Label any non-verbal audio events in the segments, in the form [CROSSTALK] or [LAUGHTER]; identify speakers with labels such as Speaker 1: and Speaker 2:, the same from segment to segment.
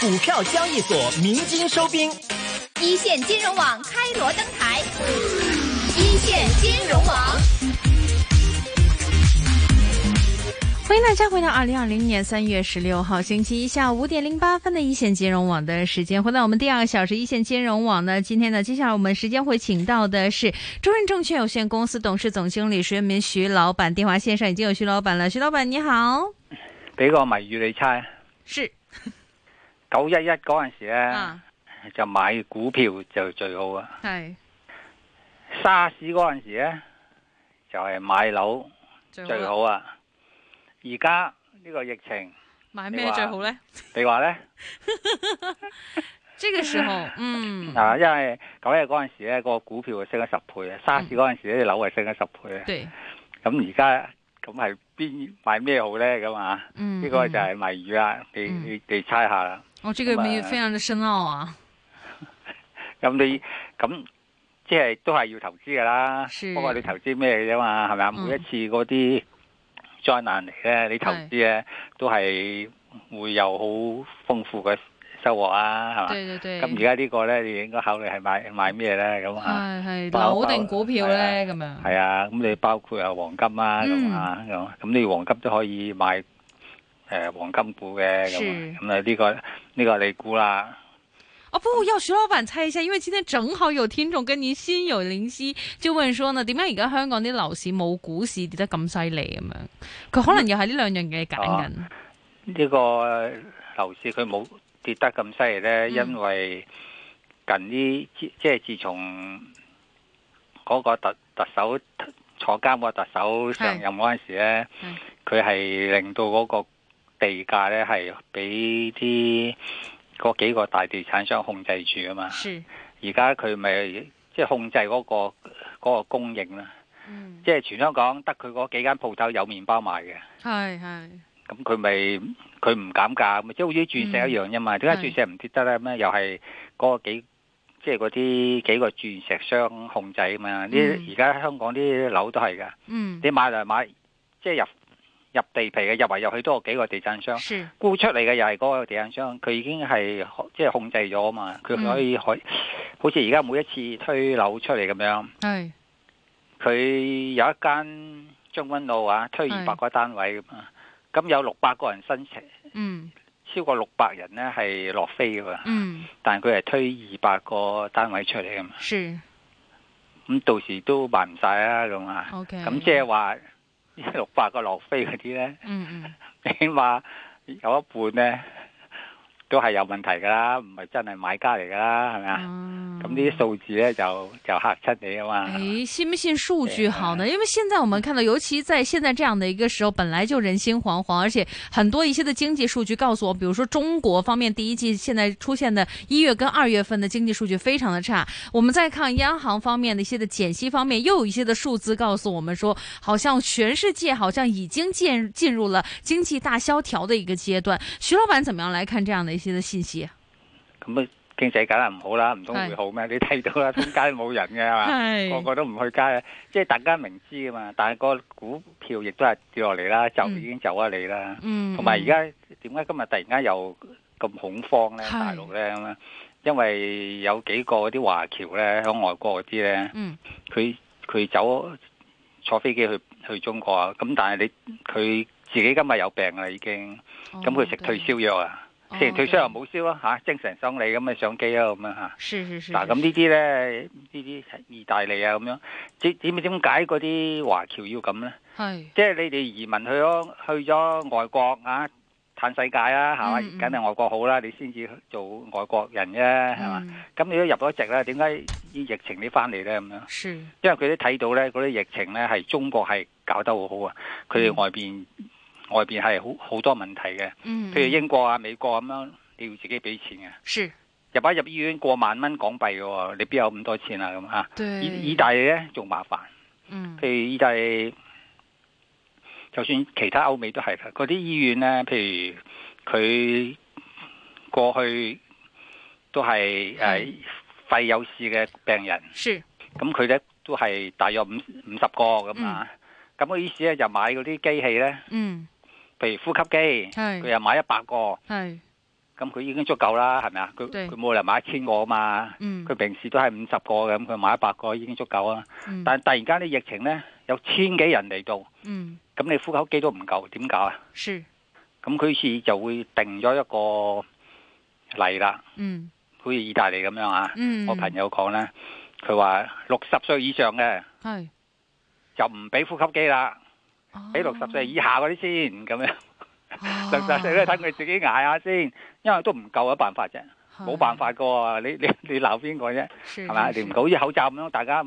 Speaker 1: 股票交易所鸣金收兵，
Speaker 2: 一线金融网开锣登台，一线金融网。
Speaker 3: 欢迎大家回到二零二零年三月十六号星期一下午五点零八分的一线金融网的时间，回到我们第二个小时一线金融网呢，今天呢，接下来我们时间会请到的是中润证券有限公司董事总经理徐润民徐老板，电话线上已经有徐老板了，徐老板你好，
Speaker 4: 俾個謎語你猜，
Speaker 3: 是
Speaker 4: 九一一嗰阵时咧、
Speaker 3: 啊，
Speaker 4: 就買股票就最好啊。
Speaker 3: 系
Speaker 4: 沙士嗰阵时咧就係買樓最好啊。而家呢個疫情，
Speaker 3: 买
Speaker 4: 你
Speaker 3: 咩
Speaker 4: 话
Speaker 3: 最好呢？
Speaker 4: 你話呢？
Speaker 3: 这个时候，嗯，
Speaker 4: 啊，因為九一一嗰阵时咧個股票係升咗十倍啊，沙士嗰阵时咧樓係升咗十倍啊。
Speaker 3: 对，
Speaker 4: 咁而家咁係邊買咩好呢？咁啊，
Speaker 3: 嗯，
Speaker 4: 呢個就係謎語啦，你
Speaker 3: 嗯
Speaker 4: 你你猜下啦。
Speaker 3: 哦，这个谜语非常的深奥啊，
Speaker 4: 咁你咁即係都係要投資噶啦
Speaker 3: 是，
Speaker 4: 不過你投資咩嘅啫嘛，係咪啊？
Speaker 3: 嗯
Speaker 4: 每一次嗰啲災難嚟咧，你投資咧都係會有好豐富嘅收穫啊，係嘛？
Speaker 3: 对对对，
Speaker 4: 咁而家呢個咧，你應該考慮係買買咩咧咁啊？
Speaker 3: 系系
Speaker 4: 包
Speaker 3: 楼定股票呢？
Speaker 4: 係
Speaker 3: 咁样，
Speaker 4: 係啊，咁你包括啊黃金
Speaker 3: 嗯
Speaker 4: 啊咁啊咁，咁你黃金都可以買誒、呃黃金股嘅咁
Speaker 3: 是
Speaker 4: 啊，咁啊呢個呢、個你估啦。
Speaker 3: 哦，不要徐老板猜一下，因為今天正好有聽眾跟你心有靈犀，就問說呢，點解而家香港啲樓市冇股市跌得咁犀利咁樣？佢可能又係呢兩樣嘢揀緊，
Speaker 4: 呢個呃樓市佢冇跌得咁犀利咧，
Speaker 3: 嗯
Speaker 4: 因為近呢即即係自從嗰個特特首坐監個特首上任嗰陣時咧，佢係令到嗰個地價咧係俾啲嗰幾個大地產商控制住啊嘛。
Speaker 3: 是，
Speaker 4: 而家佢咪即係控制嗰、個嗰、個供應啦，
Speaker 3: 嗯，
Speaker 4: 即係全香港得佢嗰幾間鋪頭有麵包賣嘅。
Speaker 3: 係係，
Speaker 4: 咁佢咪佢唔減價，咪即係好似鑽石一樣啫嘛。點解
Speaker 3: 嗯係
Speaker 4: 鑽石唔跌得咧？咩又係嗰個幾即係嗰啲幾個鑽石商控制啊嘛？呢
Speaker 3: 嗯
Speaker 4: 而家香港啲樓都係噶，
Speaker 3: 嗯，
Speaker 4: 你買嚟買，即係入入地皮嘅入嚟入去都有幾個地產商，
Speaker 3: 是，
Speaker 4: 沽出嚟嘅又係嗰個地產商，佢已經係即係控制咗啊嘛。佢
Speaker 3: 嗯
Speaker 4: 可以可以好似而家每一次推樓出嚟咁樣，
Speaker 3: 係
Speaker 4: 佢有一間將軍澳啊，推
Speaker 3: 係
Speaker 4: 二百個單位咁啊，咁有六百個人申請。
Speaker 3: 嗯
Speaker 4: 超過六百人呢係落飛噶嘛，
Speaker 3: 嗯
Speaker 4: 但佢係推二百個單位出嚟噶嘛，
Speaker 3: 是
Speaker 4: 咁到時都賣唔晒啦咁啊，
Speaker 3: ，OK，
Speaker 4: 咁即係話呢六百個落飛嗰啲呢， [LAUGHS]
Speaker 3: 嗯嗯
Speaker 4: 起碼有一半呢都係有問題噶啦，唔係真係買家嚟噶啦，係咪啊？
Speaker 3: 啊
Speaker 4: 咁呢啲數字呢，就就嚇親你啊嘛，
Speaker 3: 哎，信不信数据
Speaker 4: 对嗯
Speaker 3: 好呢？因为现在我们看到，尤其在现在这样的一个时候，本来就人心惶惶，而且很多一些的经济数据告诉我，比如说中国方面第一季现在出现的一月跟二月份的经济数据非常的差。我们再看央行方面的一些的减息方面，又有一些的数字告诉我们说，好像全世界好像已经进进入了经济大萧条的一个阶段。徐老板怎么样来看这样的一些的信息？
Speaker 4: 咁啊經濟梗係唔好啦，唔通會好咩？ [LAUGHS] 你睇到啦，通街冇人嘅係嘛？
Speaker 3: 系
Speaker 4: 個個都唔去街啊！即係大家明知噶嘛，但係個股票亦都係跌落嚟啦，就
Speaker 3: 嗯
Speaker 4: 已經走咗你啦。
Speaker 3: 嗯，
Speaker 4: 同埋而家點解今日突然間又咁恐慌咧？
Speaker 3: 係
Speaker 4: 大陸咧咁啊，因為有幾個嗰啲華僑咧，喺外國嗰啲咧，
Speaker 3: 嗯
Speaker 4: 佢佢走坐飛機去去中國啊。咁但係你佢自己今日有病啦已經，咁佢食退燒藥啊，
Speaker 3: 嗯哦
Speaker 4: 食完退燒藥
Speaker 3: 對
Speaker 4: 冇燒啊嚇，精神生理咁咪上機啊咁樣嚇。
Speaker 3: 是是是
Speaker 4: 嗱，咁呢啲咧，呢啲係意大利啊咁樣，知點點解嗰啲華僑要咁咧？
Speaker 3: 系。
Speaker 4: 即係你哋移民去咗去咗外國啊，嘆世界啊，係嘛？
Speaker 3: 嗯嗯
Speaker 4: 梗係外國好啦，你先至做外國人啫，係嘛？
Speaker 3: 嗯
Speaker 4: 咁你都入咗籍啦，點解依疫情你翻嚟咧咁樣？
Speaker 3: 是，
Speaker 4: 因為佢都睇到咧，嗰啲疫情咧係中國係搞得好好啊，佢哋
Speaker 3: 嗯
Speaker 4: 外邊外邊係好好多問題嘅，
Speaker 3: 嗯，
Speaker 4: 譬如英國啊、美國咁樣，你要自己俾錢嘅。
Speaker 3: 是
Speaker 4: 入一入醫院過萬蚊港幣嘅喎，你邊有咁多錢啊咁啊？
Speaker 3: 对，
Speaker 4: 意意大利咧仲麻煩，
Speaker 3: 嗯，
Speaker 4: 譬如意大利，就算其他歐美都係啦，嗰啲醫院咧，譬如佢過去都係
Speaker 3: 嗯
Speaker 4: 誒肺有事嘅病人，
Speaker 3: 是
Speaker 4: 咁佢咧都係大約五五十個咁啊，咁個意思咧就買嗰啲機器咧，
Speaker 3: 嗯
Speaker 4: 譬如呼吸機，
Speaker 3: 係
Speaker 4: 佢又買一百個，
Speaker 3: 係
Speaker 4: 咁佢已經足夠啦，係咪啊？佢
Speaker 3: 對
Speaker 4: 佢冇理由買一千個啊嘛，
Speaker 3: 嗯
Speaker 4: 佢平時都係五十個嘅，咁佢買一百個已經足夠啊。
Speaker 3: 嗯
Speaker 4: 但係突然間啲疫情呢，有千幾人嚟到，
Speaker 3: 嗯
Speaker 4: 咁你呼吸機都唔夠，點搞啊？
Speaker 3: 是
Speaker 4: 咁佢似就會定咗一個例啦，
Speaker 3: 嗯
Speaker 4: 好似意大利咁樣啊。
Speaker 3: 嗯，
Speaker 4: 我朋友講呢，佢話六十歲以上嘅
Speaker 3: 係
Speaker 4: 就唔俾呼吸機啦，
Speaker 3: 哦
Speaker 4: 俾六十歲以下嗰啲先咁樣。六十歲咧，等佢自己捱下先，因為都唔夠有辦法啫，
Speaker 3: 哦
Speaker 4: 冇辦法噶喎。你你你鬧邊個啫？
Speaker 3: 係
Speaker 4: 係咪？你唔好似口罩咁樣，大家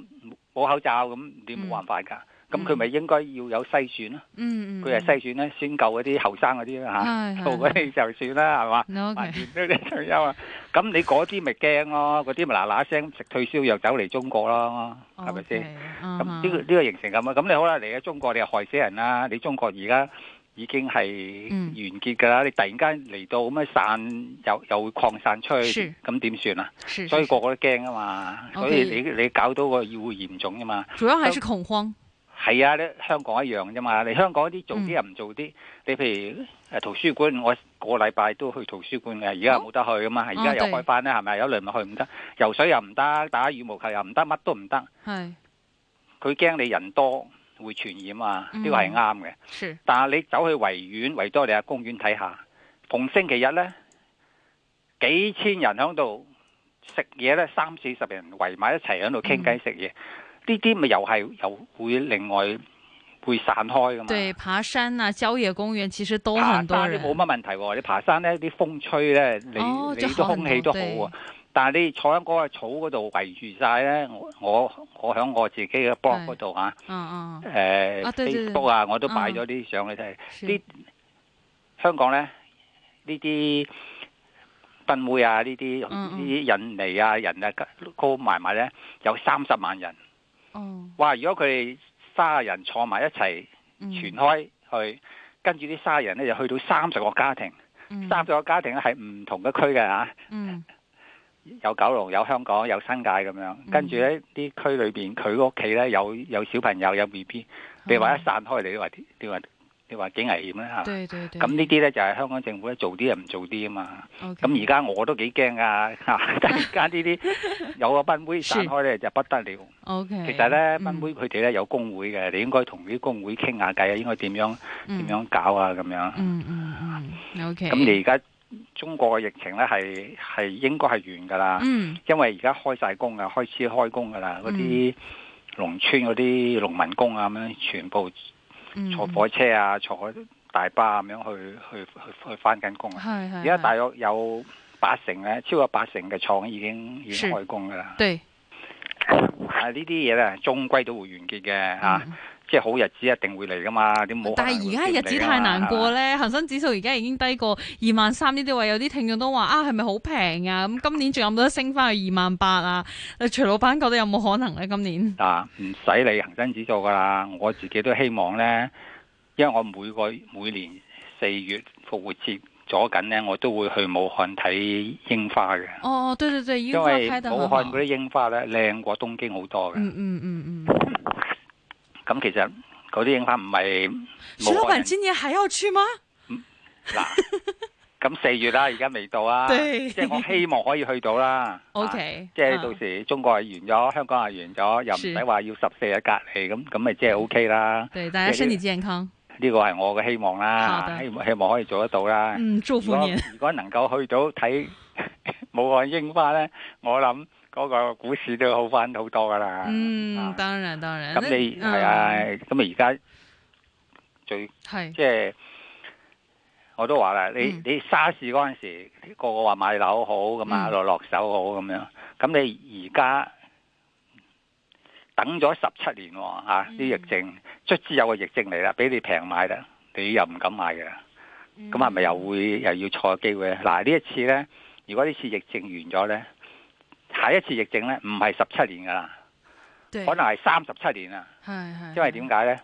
Speaker 4: 冇口罩咁，你
Speaker 3: 嗯
Speaker 4: 冇辦法㗎。咁
Speaker 3: 嗯
Speaker 4: 佢咪應該要有篩選咯？
Speaker 3: 嗯嗯，
Speaker 4: 佢係篩選咧，先救嗰啲後生嗰啲啦嚇，
Speaker 3: 係
Speaker 4: 做嗰啲就算啦，係嘛？
Speaker 3: 係 OK
Speaker 4: 還掂咗啲退休啊！咁你嗰啲咪驚咯，嗰啲咪嗱嗱聲食退燒藥走嚟中國咯，係咪先？
Speaker 3: 先？
Speaker 4: 咁
Speaker 3: 咁
Speaker 4: 呢個呢個形成咁啊！咁你好啦，嚟咗中國你又害死人啦！你中國而家已經係
Speaker 3: 嗯
Speaker 4: 完結㗎啦，你突然間嚟到咁樣散，又又會擴散出
Speaker 3: 是
Speaker 4: 去，咁點算啊？
Speaker 3: 是，
Speaker 4: 所以
Speaker 3: 是
Speaker 4: 個個都驚啊嘛，所以
Speaker 3: OK
Speaker 4: 你你搞到個議會嚴重啫啊嘛。
Speaker 3: 主要還是恐慌，
Speaker 4: 係啊，你香港一樣啫嘛。你香港啲做
Speaker 3: 嗯
Speaker 4: 啲又唔做啲，你譬如誒圖書館，我個禮拜都去圖書館嘅，而家又冇得去啊嘛。而家又
Speaker 3: 哦對
Speaker 4: 開翻啦，係咪？有輪咪去唔得，游水又唔得，打羽毛球又唔得，乜都唔得。
Speaker 3: 係
Speaker 4: 佢驚你人多會傳染啊，
Speaker 3: 嗯
Speaker 4: 呢個係啱嘅。
Speaker 3: 是
Speaker 4: 但係你走去維園維多利亞公園睇下，逢星期日呢，幾千人喺度食嘢呢，三四十人圍埋一齊喺度傾
Speaker 3: 嗯
Speaker 4: 偈食嘢，呢啲咪又係又會另外會散開噶嘛？
Speaker 3: 對爬山啊、郊野公園其實都
Speaker 4: 爬
Speaker 3: 很多
Speaker 4: 山
Speaker 3: 人
Speaker 4: 啲，冇乜問題喎，你爬山呢啲風吹呢，你
Speaker 3: 哦
Speaker 4: 你
Speaker 3: 就
Speaker 4: 啲
Speaker 3: 好
Speaker 4: 空氣
Speaker 3: 很
Speaker 4: 都
Speaker 3: 多
Speaker 4: 好
Speaker 3: 對
Speaker 4: 喎。但係你坐喺嗰個草嗰度圍住晒呢，我我我喺我自己嘅 blog 嗰度啊，
Speaker 3: 嗯嗯，
Speaker 4: 誒
Speaker 3: 啊對對對
Speaker 4: Facebook 啊，我都擺
Speaker 3: 嗯
Speaker 4: 咗啲相你睇。
Speaker 3: 是
Speaker 4: 呢香港咧呢啲賓妹啊，呢啲
Speaker 3: 嗯
Speaker 4: 呢
Speaker 3: 嗯
Speaker 4: 啲印尼啊人啊，高埋埋咧有三十萬人。
Speaker 3: 哦，
Speaker 4: 哇！如果佢哋卅人坐埋一齊
Speaker 3: 嗯
Speaker 4: 傳開去，跟住啲卅人咧就去到三十個家庭，
Speaker 3: 嗯
Speaker 4: 三十個家庭咧係唔同嘅區嘅嚇，
Speaker 3: 嗯
Speaker 4: 有九龍、有香港、有新界咁樣。
Speaker 3: 嗯
Speaker 4: 跟住咧啲區裏邊佢屋企咧有有小朋友有 B B，你
Speaker 3: 嗯
Speaker 4: 話一散開你話你話你話幾危險咧嚇？
Speaker 3: 對對對，
Speaker 4: 咁呢啲呢，就係香港政府咧做啲又唔做啲啊嘛。
Speaker 3: OK
Speaker 4: 咁而家我都幾驚啊！
Speaker 3: [LAUGHS]
Speaker 4: 嚇，突然間呢啲有個賓妹散開呢，就不得了。
Speaker 3: OK，
Speaker 4: 其實呢，
Speaker 3: 嗯
Speaker 4: 賓妹佢哋呢有工會嘅，你應該同啲工會傾下偈啊，應該點樣
Speaker 3: 嗯
Speaker 4: 點樣搞啊咁樣。
Speaker 3: 嗯嗯嗯，OK，
Speaker 4: 咁你而家中國嘅疫情呢，係係應該係完㗎啦，
Speaker 3: 嗯
Speaker 4: 因為而家開晒工啊，開始開工㗎啦，嗰啲農村嗰啲農民工啊咁樣，全部
Speaker 3: 嗯
Speaker 4: 坐火車啊，坐大巴啊咁樣去去去去翻緊工啊。
Speaker 3: 係係，
Speaker 4: 而家
Speaker 3: 係
Speaker 4: 大約有八成咧，超過八成嘅廠已經已
Speaker 3: 是
Speaker 4: 經開工㗎啦。
Speaker 3: 對
Speaker 4: 但係呢啲嘢咧，終歸都會完結嘅嚇，
Speaker 3: 嗯
Speaker 4: 即係好日子一定會嚟㗎嘛，點冇可能
Speaker 3: 但
Speaker 4: 會
Speaker 3: 係而家日
Speaker 4: 斷嚟
Speaker 3: 子
Speaker 4: 㗎嘛
Speaker 3: 太難過
Speaker 4: 係嘛
Speaker 3: 咧，恒生指數而家已經低過二萬三呢啲位，有啲聽眾都話啊，係咪好平啊？咁今年仲有冇得升翻去二萬八啊？誒徐老闆覺得有冇可能咧？今年
Speaker 4: 啊嗱，唔使理恒生指數㗎啦，我自己都希望咧，因為我每個每年四月復活節咗緊咧，我都會去武漢睇櫻花嘅，
Speaker 3: 哦，對對對，
Speaker 4: 因
Speaker 3: 櫻花
Speaker 4: 為
Speaker 3: 開得
Speaker 4: 武
Speaker 3: 很
Speaker 4: 漢
Speaker 3: 好
Speaker 4: 嗰啲櫻花咧靚過東京好多嘅。
Speaker 3: 嗯嗯嗯嗯，
Speaker 4: 咁其實嗰啲櫻花唔係
Speaker 3: 徐老
Speaker 4: 武漢人
Speaker 3: 闆今年還要去嗎？
Speaker 4: 嗱，咁四月啦，而家未到
Speaker 3: [LAUGHS]
Speaker 4: 啊，
Speaker 3: 對
Speaker 4: 即係我希望可以去到啦。啊
Speaker 3: [LAUGHS] OK，
Speaker 4: 即係
Speaker 3: 啊
Speaker 4: 到時中國係完咗，香港係完咗，又唔
Speaker 3: 是
Speaker 4: 使話要十四日隔離，咁咁咪即係 O K 啦。
Speaker 3: 對大家身體健康，
Speaker 4: 呢個係我嘅希望
Speaker 3: 好的
Speaker 4: 啦，希望希望可以做得到啦。
Speaker 3: 嗯，祝
Speaker 4: 如
Speaker 3: 福
Speaker 4: 果
Speaker 3: 您。
Speaker 4: [LAUGHS] 如果能夠去到睇 [LAUGHS] 武漢櫻花咧，我諗嗰個股市都好翻好多噶啦。
Speaker 3: 嗯
Speaker 4: 啊，
Speaker 3: 當然當然。嗯
Speaker 4: 咁你
Speaker 3: 那
Speaker 4: 係啊，，咁而家最
Speaker 3: 係
Speaker 4: 即係我都話啦，你
Speaker 3: 嗯
Speaker 4: 你沙士嗰陣時，個個話買樓好咁啊，
Speaker 3: 嗯
Speaker 4: 落落手好咁樣。咁你而家等咗十七年喎嚇，
Speaker 3: 嗯
Speaker 4: 啲疫症卒之有個疫症嚟啦，俾你平買啦，你又唔敢買嘅，
Speaker 3: 嗯
Speaker 4: 咁係咪又會又要錯機會咧？嗱呢一次呢，如果呢次疫症完咗呢，下一次疫症呢，唔係十七年噶啦，
Speaker 3: 對
Speaker 4: 可能係三十七年啊！
Speaker 3: 係係，
Speaker 4: 因為點解呢？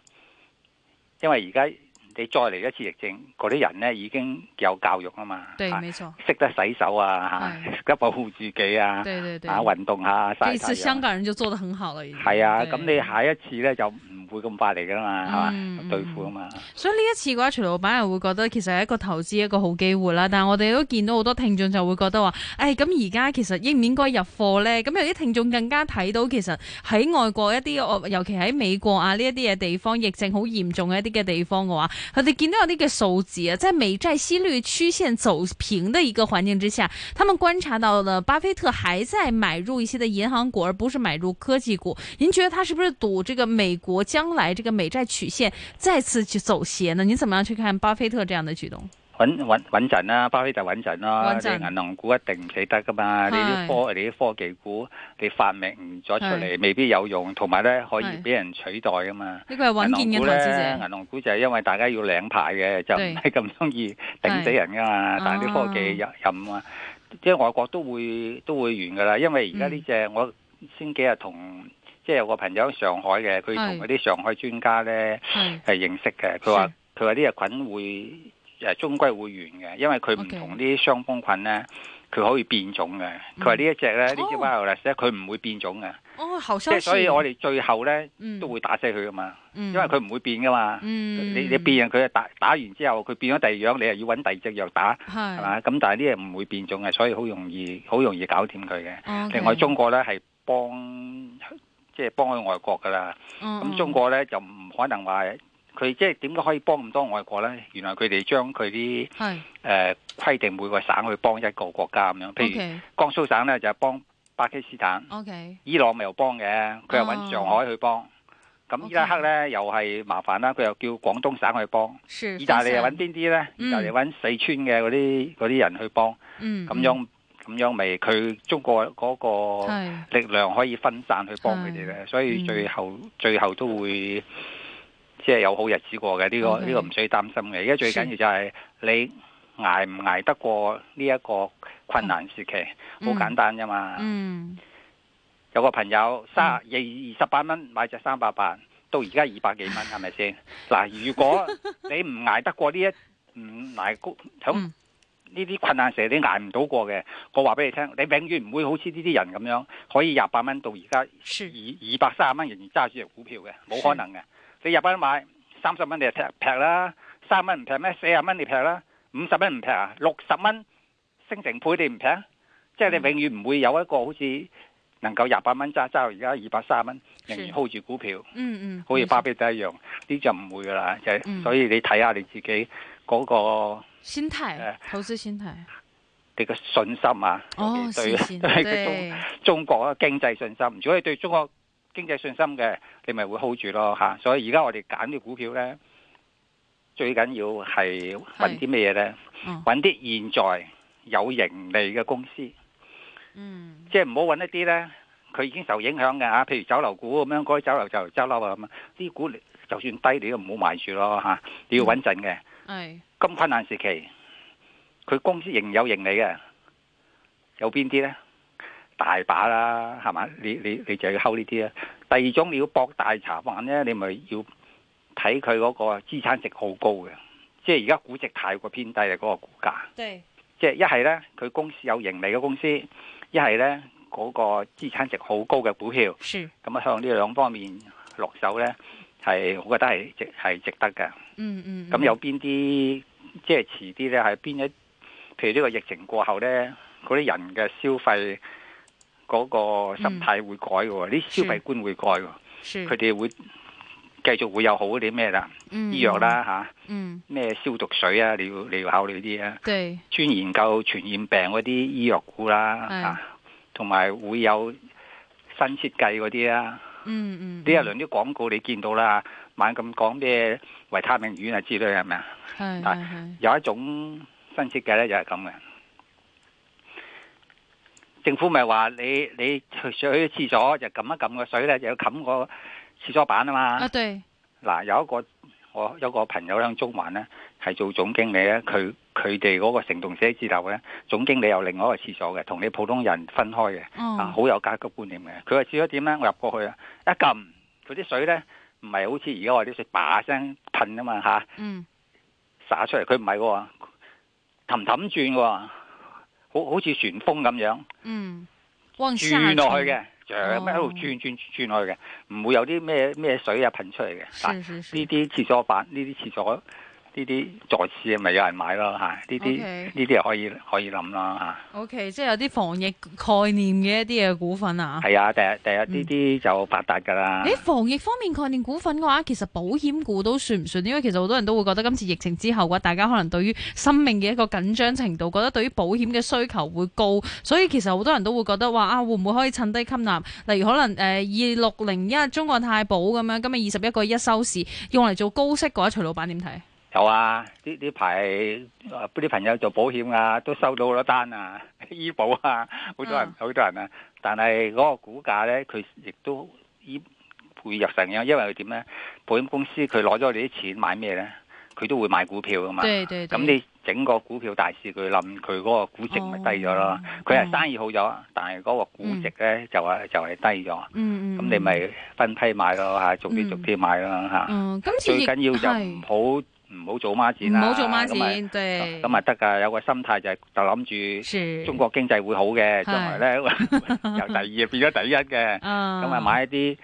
Speaker 4: 因為而家你再嚟一次疫症，嗰啲人呢已經有教育啊嘛，
Speaker 3: 對，
Speaker 4: 啊
Speaker 3: 沒錯，
Speaker 4: 識得洗手啊，
Speaker 3: 係
Speaker 4: 識得保護自己啊，
Speaker 3: 對對對
Speaker 4: 啊。運動下，
Speaker 3: 這
Speaker 4: 曬
Speaker 3: 一次
Speaker 4: 太
Speaker 3: 香
Speaker 4: 陽。
Speaker 3: 港人就做得很好了，已經。
Speaker 4: 係啊，
Speaker 3: 對
Speaker 4: 咁你下一次呢就唔會咁快嚟噶嘛，係嘛、
Speaker 3: 嗯嗯
Speaker 4: 對付啊嘛。
Speaker 3: 所以呢一次嘅話，徐老闆係會覺得其實係一個投資一個好機會啦。但係我哋都見到好多聽眾就會覺得話，誒咁而家其實應唔應該入貨咧？咁有啲聽眾更加睇到其實喺外國一啲，我尤其喺美國啊呢一啲嘅地方，疫症好嚴重嘅一啲嘅地方嘅話，佢哋見到有啲嘅數字啊，在美債息率曲線走平的一個環境之下，他們觀察到了巴菲特還在買入一些的銀行股，而不是買入科技股。您覺得他是不是賭這個美國將來這個美債曲線再次去走斜呢？您怎麼樣去看巴菲特這樣的舉動？
Speaker 4: 穩穩穩陣啦，巴菲特穩陣啦，
Speaker 3: 穩陣
Speaker 4: 你銀行股一定唔死得噶
Speaker 3: 係
Speaker 4: 嘛，你啲科你啲科技股你發明咗出嚟
Speaker 3: 係
Speaker 4: 未必有用，同埋咧可以
Speaker 3: 係
Speaker 4: 俾人取代噶嘛。
Speaker 3: 呢個係穩健
Speaker 4: 銀
Speaker 3: 嘅
Speaker 4: 行股
Speaker 3: 投資
Speaker 4: 咧，
Speaker 3: 者，
Speaker 4: 銀行股就係因為大家要領牌嘅，就唔係咁中意頂死人噶嘛
Speaker 3: 係。哦
Speaker 4: 但係啲科技任任啊，即係外國都會都會完噶啦。因為而家呢只
Speaker 3: 嗯
Speaker 4: 我先幾日同即係有個朋友喺上海嘅，佢同嗰啲上海專家咧
Speaker 3: 係
Speaker 4: 係認識嘅。佢話
Speaker 3: 是
Speaker 4: 佢話呢隻菌會誒終歸會完嘅，因為佢唔
Speaker 3: OK
Speaker 4: 同啲傷風菌咧，佢可以變種嘅。佢話呢一隻咧，呢隻
Speaker 3: 哦
Speaker 4: virus 咧，佢唔會變種嘅。
Speaker 3: 哦，好
Speaker 4: 即
Speaker 3: 消
Speaker 4: 係
Speaker 3: 息。
Speaker 4: 所以我哋最後咧
Speaker 3: 嗯
Speaker 4: 都會打死佢噶嘛，
Speaker 3: 因
Speaker 4: 因為佢唔會變噶嘛。
Speaker 3: 嗯
Speaker 4: 你你變佢打打完之後，佢變咗第二樣，你又要揾第二隻藥打，係
Speaker 3: 係
Speaker 4: 嘛？咁但係呢嘢唔會變種嘅，所以好容易好容易搞掂佢嘅。
Speaker 3: OK
Speaker 4: 另外中國咧係幫即係幫佢外國噶啦，
Speaker 3: 嗯
Speaker 4: 咁
Speaker 3: 嗯
Speaker 4: 中國咧就唔可能話佢即係點解可以幫咁多外國咧？原來佢哋將佢啲
Speaker 3: 係
Speaker 4: 誒規定每個省去幫一個國家咁樣，譬如
Speaker 3: OK
Speaker 4: 江蘇省咧就係幫巴基斯坦。
Speaker 3: OK
Speaker 4: 伊朗咪又幫嘅，佢又
Speaker 3: 哦
Speaker 4: 揾上海去幫。咁
Speaker 3: OK
Speaker 4: 伊拉克咧又係麻煩啦，佢又叫廣東省去幫。
Speaker 3: 是
Speaker 4: 意大利又
Speaker 3: 嗯分
Speaker 4: 揾
Speaker 3: 散
Speaker 4: 邊啲咧？
Speaker 3: 嗯
Speaker 4: 意大利揾四川嘅嗰啲嗰啲人去幫，
Speaker 3: 嗯
Speaker 4: 咁樣咁樣咪佢中國嗰個
Speaker 3: 係嗯
Speaker 4: 力量可以分散去幫佢哋咧，所以最後最後都會即係有好日子過嘅。呢個
Speaker 3: OK
Speaker 4: 呢個唔需要擔心嘅。而家最緊要
Speaker 3: 是
Speaker 4: 就係你捱唔捱得過呢一個困難時期，好
Speaker 3: 嗯
Speaker 4: 簡單啫嘛。
Speaker 3: 嗯
Speaker 4: 有個朋友三二二十八蚊買只三百八，到而家二百幾蚊，係咪先？嗱，如果你唔捱得過呢一唔捱高響
Speaker 3: 嗯
Speaker 4: 呢啲困難時，你捱唔到過嘅，我話俾你聽，你永遠唔會好似呢啲人咁樣，可以廿八蚊到而家
Speaker 3: 是
Speaker 4: 二二百三十蚊仍然揸住只股票嘅，冇可能嘅。你廿八蚊買三十蚊你就劈劈啦，三蚊唔劈咩？四十蚊你劈啦，五十蚊唔劈啊，六十蚊升成倍你唔劈，即係
Speaker 3: 嗯
Speaker 4: 你永遠唔會有一個好似能夠廿八蚊揸揸到而家二百三十蚊，仍然
Speaker 3: 是
Speaker 4: hold 住股票，
Speaker 3: 嗯嗯，
Speaker 4: 好似
Speaker 3: 沒
Speaker 4: 巴
Speaker 3: 錯
Speaker 4: 菲特一樣，呢就唔會噶啦。就係
Speaker 3: 嗯
Speaker 4: 所以你睇下你自己嗰個
Speaker 3: 心態
Speaker 4: 呃，
Speaker 3: 投資心態。
Speaker 4: 你嘅信心啊，
Speaker 3: 哦
Speaker 4: 尤，其
Speaker 3: 信
Speaker 4: 對
Speaker 3: 心
Speaker 4: 對佢中
Speaker 3: 對，
Speaker 4: 中國嘅經濟信心。如果你對中國經濟信心嘅，你咪會 hold 住咯嚇。所以而家我哋揀啲股票咧，最緊要係揾啲咩嘢咧？
Speaker 3: 嗯
Speaker 4: 揾啲現在有盈利嘅公司，即
Speaker 3: 嗯
Speaker 4: 係唔好揾一啲咧，佢已經受影響嘅嚇。譬如酒樓股咁樣，嗰啲酒樓就酒樓啊咁啊，啲股你就算低你都唔好買住咯嚇。你要穩陣嘅。
Speaker 3: 係
Speaker 4: 咁困難時期，佢公司仍有盈利嘅，有邊啲呢？大把啦，係嘛？你你你就要睺呢啲啦。第二種你要博大茶飯呢，你咪要睇佢嗰個資產值好高嘅，即係而家估值太過偏低啊嘅嗰、個股價。
Speaker 3: 對，
Speaker 4: 即係一係呢，佢公司有盈利嘅公司；一係呢，嗰、個資產值好高嘅股票。
Speaker 3: 是，
Speaker 4: 咁啊，向呢兩方面落手呢，係我覺得係值係值得嘅。
Speaker 3: 嗯嗯，
Speaker 4: 咁有邊啲即係遲啲咧？係邊一？譬如呢個疫情過後咧，嗰啲人嘅消費嗰
Speaker 3: 嗯
Speaker 4: 個心態會改嘅喎，啲、消費觀會改嘅，
Speaker 3: 是
Speaker 4: 佢哋會繼續會有好嗰啲咩啦，醫藥，啦嚇，
Speaker 3: 嗯嗯，
Speaker 4: 咩、消毒水啊，你要你要考慮啲啊，
Speaker 3: 對，
Speaker 4: 專研究傳染病嗰啲醫藥股啦
Speaker 3: 係
Speaker 4: 嚇，同埋、會有新設計嗰啲啦。
Speaker 3: 嗯嗯，
Speaker 4: 呢一輪啲廣告你見到啦，猛咁講咩維他命丸啊之類係咪啊？
Speaker 3: 係係係，
Speaker 4: 有一種新設計咧，就係咁嘅。政府咪話你你去去廁所就撳一撳個水咧，就要冚個廁所板啊
Speaker 3: 啊
Speaker 4: 嘛。
Speaker 3: 對，
Speaker 4: 嗱，有一個我有個朋友喺中環咧，係做總經理咧，佢佢哋嗰個成棟寫字樓咧，總經理有另外一個廁所嘅，同你普通人分開嘅，啊，
Speaker 3: 哦，
Speaker 4: 好有階級觀念嘅。佢話廁所點咧？我入過去啊，一撳佢啲水咧，唔係好似而家我啲水叭聲噴啊嘛嚇。
Speaker 3: 嗯
Speaker 4: 灑出嚟，佢唔係喎，氹氹轉喎，好好似旋風咁樣
Speaker 3: 嗯，往下
Speaker 4: 轉落去嘅，着咁一路
Speaker 3: 哦
Speaker 4: 轉轉轉落去嘅，唔會有啲咩咩水啊噴出嚟嘅。但
Speaker 3: 是是是，
Speaker 4: 呢啲廁所板，呢啲廁所，呢啲在廁咪有人買咯嚇，呢啲
Speaker 3: OK 哦
Speaker 4: 呢啲係可以可以諗啦
Speaker 3: O、k 即係有啲防疫概念嘅一啲嘅股份啊
Speaker 4: 嚇。。係啊，第日第日呢啲就發達㗎啦。
Speaker 3: 喺防疫方面概念股份嘅話，其實保險股都算唔算？因為其實好多人都會覺得今次疫情之後嘅話，大家可能對於生命嘅一個緊張程度，覺得對於保險嘅需求會高，所以其實好多人都會覺得話啊，會唔會可以趁低吸納？例如可能誒二六零一中國太保咁樣，今日二十一個一收市，用嚟做高息嘅話，徐老闆點睇？
Speaker 4: 有啊，呢呢排呃啲朋友做保險啊，都收到好多單啊， [LAUGHS] 醫保啊，好多人
Speaker 3: 嗯
Speaker 4: 好、多人啊。但係嗰個股價咧，佢亦都依會入神嘅，因為佢點咧？保險公司佢攞咗你啲錢買咩咧？佢都會買股票噶嘛。
Speaker 3: 對對對
Speaker 4: 咁你整個股票大市佢冧，佢嗰個估值咪低咗咯
Speaker 3: 哦。
Speaker 4: 佢係、
Speaker 3: 嗯
Speaker 4: 生意好咗，但係嗰個估值咧、就係就係低咗。
Speaker 3: 嗯
Speaker 4: 咁你咪分批買咯嚇，逐
Speaker 3: 嗯
Speaker 4: 啲逐啲買咯嚇。
Speaker 3: 嗯，今次
Speaker 4: 最
Speaker 3: 疫
Speaker 4: 緊要就
Speaker 3: 係
Speaker 4: 唔好唔好做孖展
Speaker 3: 唔
Speaker 4: 啦，
Speaker 3: 好做孖
Speaker 4: 咁咪
Speaker 3: 展，對，
Speaker 4: 咁咪得㗎。有個心態就係就諗
Speaker 3: 是
Speaker 4: 住中國經濟會好
Speaker 3: 嗯係
Speaker 4: 嘅，將來
Speaker 3: [LAUGHS]
Speaker 4: 咧 [LAUGHS] 由第二變咗第一嘅，
Speaker 3: 啊
Speaker 4: 咁咪買一啲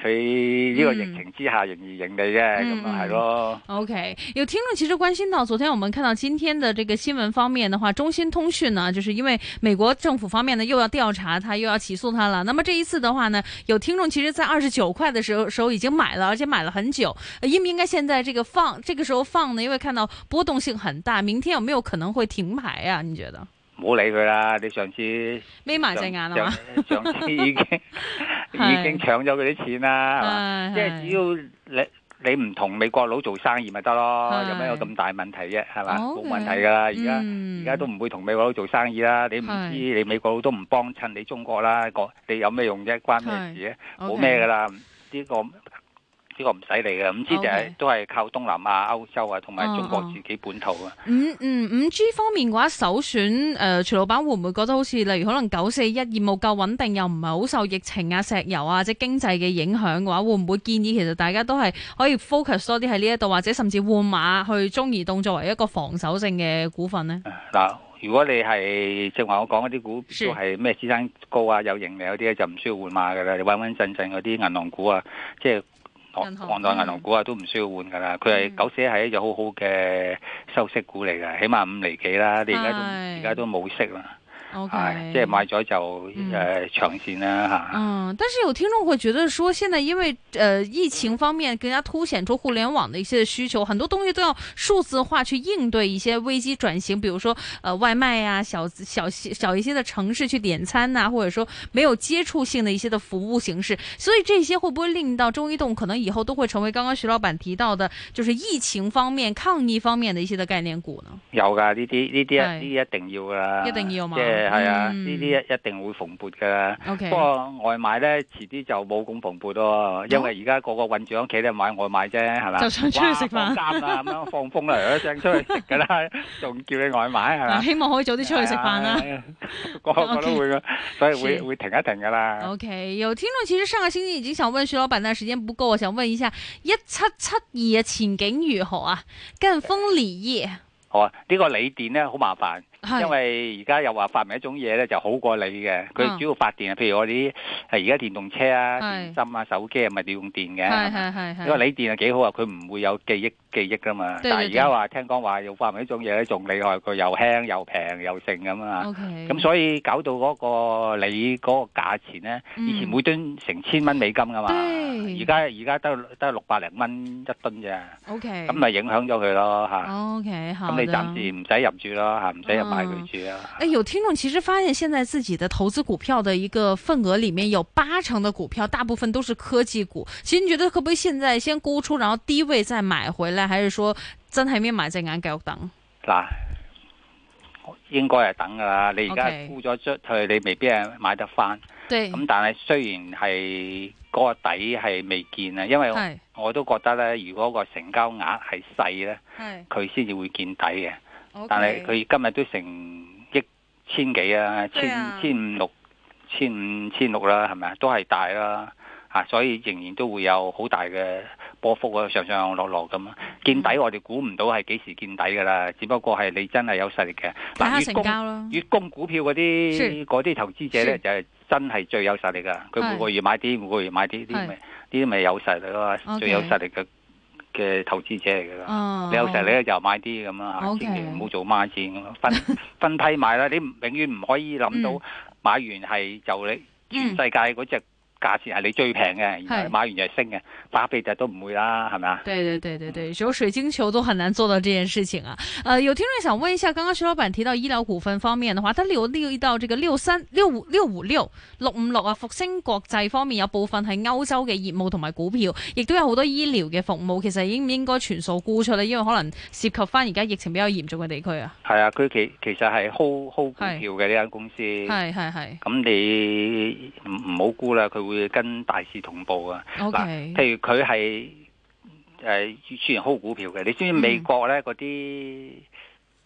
Speaker 4: 佢呢個疫情之下仍然盈利嘅，
Speaker 3: 嗯
Speaker 4: 咁咪係咯。
Speaker 3: OK，有听众其实关心到，昨天我们看到今天的这个新闻方面的话，中兴通讯呢，就是因为美国政府方面呢又要调查他，又要起诉他了。那么这一次的话呢，有听众其实，在二十九块的时候时候已经买了，而且买了很久。呃应不应该现在这个放这个时候放呢？因为看到波动性很大，明天有没有可能会停牌啊？你觉得？
Speaker 4: 唔好理佢啦！你上次
Speaker 3: 眯埋隻眼啊嘛
Speaker 4: 上，上上次
Speaker 3: [LAUGHS]
Speaker 4: 已經已經搶咗佢啲錢啦，係嘛？
Speaker 3: 啊係
Speaker 4: 即係只要你你唔同美國佬做生意咪得咯，
Speaker 3: 係
Speaker 4: 有咩有咁大問題啫？係嘛，冇
Speaker 3: OK
Speaker 4: 問題㗎啦，而家。
Speaker 3: 嗯
Speaker 4: 而家都唔會同美國佬做生意啦，你唔
Speaker 3: 係
Speaker 4: 知你美國佬都唔幫襯你中國啦，個你有咩用啫？關咩事啫？冇咩噶
Speaker 3: 啦。
Speaker 4: 啦，呢個呢個唔使理嘅，唔知就
Speaker 3: OK
Speaker 4: 係都係靠東南亞、歐洲啊，同埋中國
Speaker 3: 嗯嗯
Speaker 4: 自己本土啊。
Speaker 3: 五嗯五 G 方面嘅話，首選誒、呃徐老闆會唔會覺得好似例如可能九四一業務夠穩定，又唔係好受疫情啊、石油啊、即係經濟嘅影響嘅話，會唔會建議其實大家都係可以 focus 多啲喺呢一度，或者甚至換馬去中移動作為一個防守性嘅股份呢？
Speaker 4: 嗱，如果你係正話我講嗰啲股
Speaker 3: 是
Speaker 4: 都係咩資產高啊、有盈利嗰啲咧，就唔需要換馬噶啦，你穩穩陣陣嗰啲銀行股啊，即係。
Speaker 3: 銀行
Speaker 4: 國內銀行股啊，都唔需要換噶啦。佢係
Speaker 3: 嗯
Speaker 4: 九四一係一隻好好嘅收息股嚟㗎，起碼五厘幾啦。你而家都
Speaker 3: 係
Speaker 4: 而家都冇息啦。
Speaker 3: o k
Speaker 4: 係，即係買咗就
Speaker 3: 嗯
Speaker 4: 誒長線啦嚇。
Speaker 3: 嗯，但是有听众会觉得说，现在因为呃疫情方面更加凸显出互联网的一些需求，很多东西都要数字化去应对一些危机转型，比如说呃外卖呀、小小小一些的城市去点餐呐、或者说没有接触性的一些的服务形式，所以这些会不会令到中移动可能以后都会成为刚刚徐老板提到的，就是疫情方面、抗疫方面的一些的概念股呢？
Speaker 4: 有㗎呢啲呢啲
Speaker 3: 係
Speaker 4: 呢啲一定要㗎啦，
Speaker 3: 一定要嘛
Speaker 4: 即係係啊，
Speaker 3: 嗯
Speaker 4: 呢啲一一定會蓬勃㗎啦。
Speaker 3: OK
Speaker 4: 不過外賣咧，遲啲就冇咁蓬勃咯，因為而家個個混住喺屋企咧買外賣啫，係嘛？
Speaker 3: 就想出去食啊飯
Speaker 4: 哇放監啦，咁樣放風啦，一聲出去食㗎啦，
Speaker 3: [LAUGHS]
Speaker 4: 仲叫你外賣係
Speaker 3: 啊
Speaker 4: 嘛？
Speaker 3: 希望可以早啲出去食飯啦。
Speaker 4: 係啊，
Speaker 3: [LAUGHS]
Speaker 4: 個個都會㗎，所以會
Speaker 3: 是
Speaker 4: 會停一停㗎啦。
Speaker 3: OK，有聽眾其實上個星期已經想問徐老闆，但時間不夠，我想問一下一七七二嘅前景如何啊？贛鋒鋰業
Speaker 4: 好啊，呢個鋰電咧好麻煩。因
Speaker 3: 係
Speaker 4: 為而家又話發明一種嘢咧，就好過你嘅。
Speaker 3: 啊
Speaker 4: 佢主要發電啊，譬如我哋啲而家電動車啊、
Speaker 3: 係
Speaker 4: 電芯啊、手機啊，咪要用電嘅。
Speaker 3: 係
Speaker 4: 係咪
Speaker 3: 係係
Speaker 4: 因為
Speaker 3: 係
Speaker 4: 鋰電啊幾好啊，佢唔會有記憶記憶噶嘛。
Speaker 3: 對對
Speaker 4: 但係而家話聽講話要發明一種嘢咧，仲厲害，佢又輕又平又剩咁啊。
Speaker 3: ，OK，
Speaker 4: 咁所以搞到嗰個鋰嗰個價錢咧，
Speaker 3: 嗯
Speaker 4: 以前每噸成千蚊美金噶嘛，
Speaker 3: 對
Speaker 4: 而家而家得得六百零蚊一噸啫，
Speaker 3: OK，
Speaker 4: 咁咪影響咗佢咯嚇。
Speaker 3: OK，好
Speaker 4: 咁你暫時
Speaker 3: 的。
Speaker 4: 唔使入住咯嚇，唔使入買佢住啦。
Speaker 3: 哎，有聽眾其實發現現在自己的投資股票的一個份額裡面有八成的股票，大部分都是科技股。其實你覺得可不可以現在先沽出，然後低位再買回來，還是說真係咩埋隻眼繼續等？
Speaker 4: 嗱，應該係等噶啦。你而家
Speaker 3: OK
Speaker 4: 沽咗出去，你未必係買得翻。
Speaker 3: 對，
Speaker 4: 咁但係雖然係嗰個底係未見啊，因為
Speaker 3: 係
Speaker 4: 我都覺得咧，如果個成交額係細咧，
Speaker 3: 係
Speaker 4: 佢先至會見底嘅。
Speaker 3: ，OK，
Speaker 4: 但係佢今日都成億千幾啊，
Speaker 3: 對
Speaker 4: 千
Speaker 3: 啊
Speaker 4: 千五六、千五千六啦，係咪啊？都係大啦，啊，所以仍然都會有好大嘅波幅啊，上上落落咁啊。見
Speaker 3: 嗯
Speaker 4: 底我哋估唔到係幾時見底噶啦，只不過係你真係有實力嘅。
Speaker 3: 睇下成
Speaker 4: 嗱，月供
Speaker 3: 交咯，
Speaker 4: 月供股票嗰
Speaker 3: 是
Speaker 4: 啲嗰啲投資者
Speaker 3: 是
Speaker 4: 咧就係真係最有實力噶，佢每個月買啲，每個月買啲，呢啲咪呢啲咪有實力咯，
Speaker 3: OK
Speaker 4: 最有實力嘅嘅投資者嚟噶啦。
Speaker 3: 哦，
Speaker 4: 啊你有實力咧就買啲咁啦，嚇
Speaker 3: OK
Speaker 4: 千祈唔好做孖展咁咯，分
Speaker 3: [LAUGHS]
Speaker 4: 分批買啦。你唔永遠唔可以諗到
Speaker 3: 嗯
Speaker 4: 買完係就你全
Speaker 3: 嗯
Speaker 4: 世界嗰只價錢係你最平嘅，然後
Speaker 3: 係
Speaker 4: 買完就升嘅，巴菲特都唔會啦，係咪啊？
Speaker 3: 对对对对对，有水晶球都很难做到这件事情啊。呃，有听众想问一下，刚刚徐老板提到医疗股份方面的话，他留意到这个六三六五六五六六五六啊，復星國際方面有部分係歐洲嘅業務同埋股票，亦都有好多醫療嘅服務，其實應唔應該全數沽出呢？因為可能涉及翻而家疫情比較嚴重嘅地區啊。
Speaker 4: 係啊，佢其其實係 hold hold 股票嘅呢間公司。
Speaker 3: 係係係
Speaker 4: 咁你唔唔好估啦，佢會跟大市同步啊。
Speaker 3: ，OK，
Speaker 4: 譬如佢係誒雖然 hold 股票嘅，你知唔知
Speaker 3: 嗯
Speaker 4: 美國咧嗰啲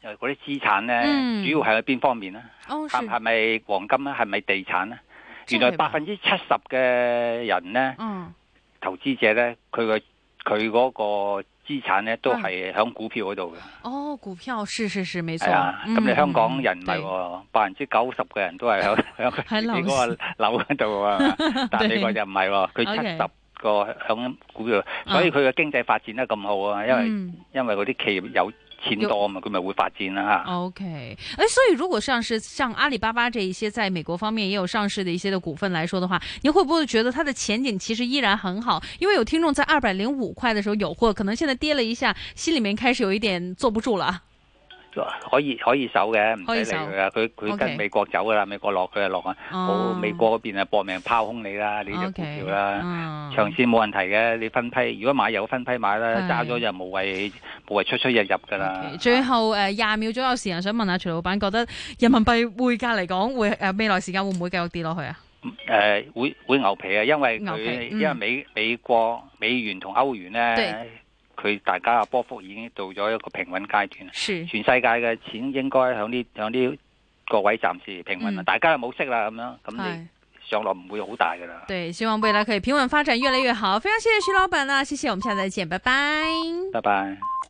Speaker 4: 誒嗰啲資產咧，
Speaker 3: 嗯
Speaker 4: 主要係喺邊方面咧？
Speaker 3: 哦，是
Speaker 4: 係係咪黃金咧？係咪地產咧？
Speaker 3: 真
Speaker 4: 原
Speaker 3: 係
Speaker 4: 來百
Speaker 3: 吧
Speaker 4: 分之七十嘅人咧，
Speaker 3: 嗯，
Speaker 4: 投資者咧，佢個佢嗰個資產咧
Speaker 3: 嗯
Speaker 4: 都係喺股票嗰度嘅，
Speaker 3: 哦，股票是是是，沒錯。
Speaker 4: 係啊。咁你
Speaker 3: 嗯
Speaker 4: 香港人唔
Speaker 3: 對
Speaker 4: 係喎，百分之九十嘅人
Speaker 3: [LAUGHS]
Speaker 4: 都係喺喺
Speaker 3: 喺樓
Speaker 4: 自己嗰個樓嗰度啊。
Speaker 3: [LAUGHS]
Speaker 4: 但係美國就唔係喎，佢
Speaker 3: OK 啊
Speaker 4: 七十個響股票，所以佢嘅經濟發展得咁好啊，因為
Speaker 3: 嗯
Speaker 4: 因為嗰啲企業有錢多啊嘛，佢咪會發展啦嚇。
Speaker 3: OK，哎，所以如果像是像阿里巴巴这一些在美国方面也有上市的一些的股份来说的话，您会不会觉得它的前景其实依然很好？因为有听众在二百零五块的时候有货，可能现在跌了一下，心里面开始有一点坐不住了啊。
Speaker 4: 可以可以守嘅，唔
Speaker 3: 可以
Speaker 4: 使理
Speaker 3: 守
Speaker 4: 佢啊！佢
Speaker 3: OK
Speaker 4: 佢
Speaker 3: 哦
Speaker 4: 跟美國走噶啦，美國落佢就落啊！好，美國嗰邊啊搏命拋空你啦，呢只股
Speaker 3: 嗯 OK
Speaker 4: 票啦。
Speaker 3: 嗯
Speaker 4: 長線冇問題嘅，你分批，如果買有分批買啦，
Speaker 3: 係
Speaker 4: 揸咗就無謂無謂出出入入㗎啦
Speaker 3: OK，。最後誒廿秒左右時間，想問下徐老闆，覺得人民幣匯價嚟講，會誒、呃未來時間會唔會繼續跌落去啊？
Speaker 4: 誒呃會會牛皮啊，因為
Speaker 3: 牛皮
Speaker 4: 佢
Speaker 3: 嗯
Speaker 4: 因為美美國美元同歐元咧，佢大家嘅波幅已經到咗一個平穩階段啦。啊
Speaker 3: 是
Speaker 4: 全世界嘅錢應該響呢響呢個位暫時平穩啦，
Speaker 3: 嗯
Speaker 4: 大家又冇息啦咁樣，咁
Speaker 3: 係
Speaker 4: 你上落唔會好大㗎啦。
Speaker 3: 對，希望未啊來可以平穩發展，越來越好。非常謝謝徐老闆啦、謝謝，我們下次再見，拜拜。
Speaker 4: 拜拜。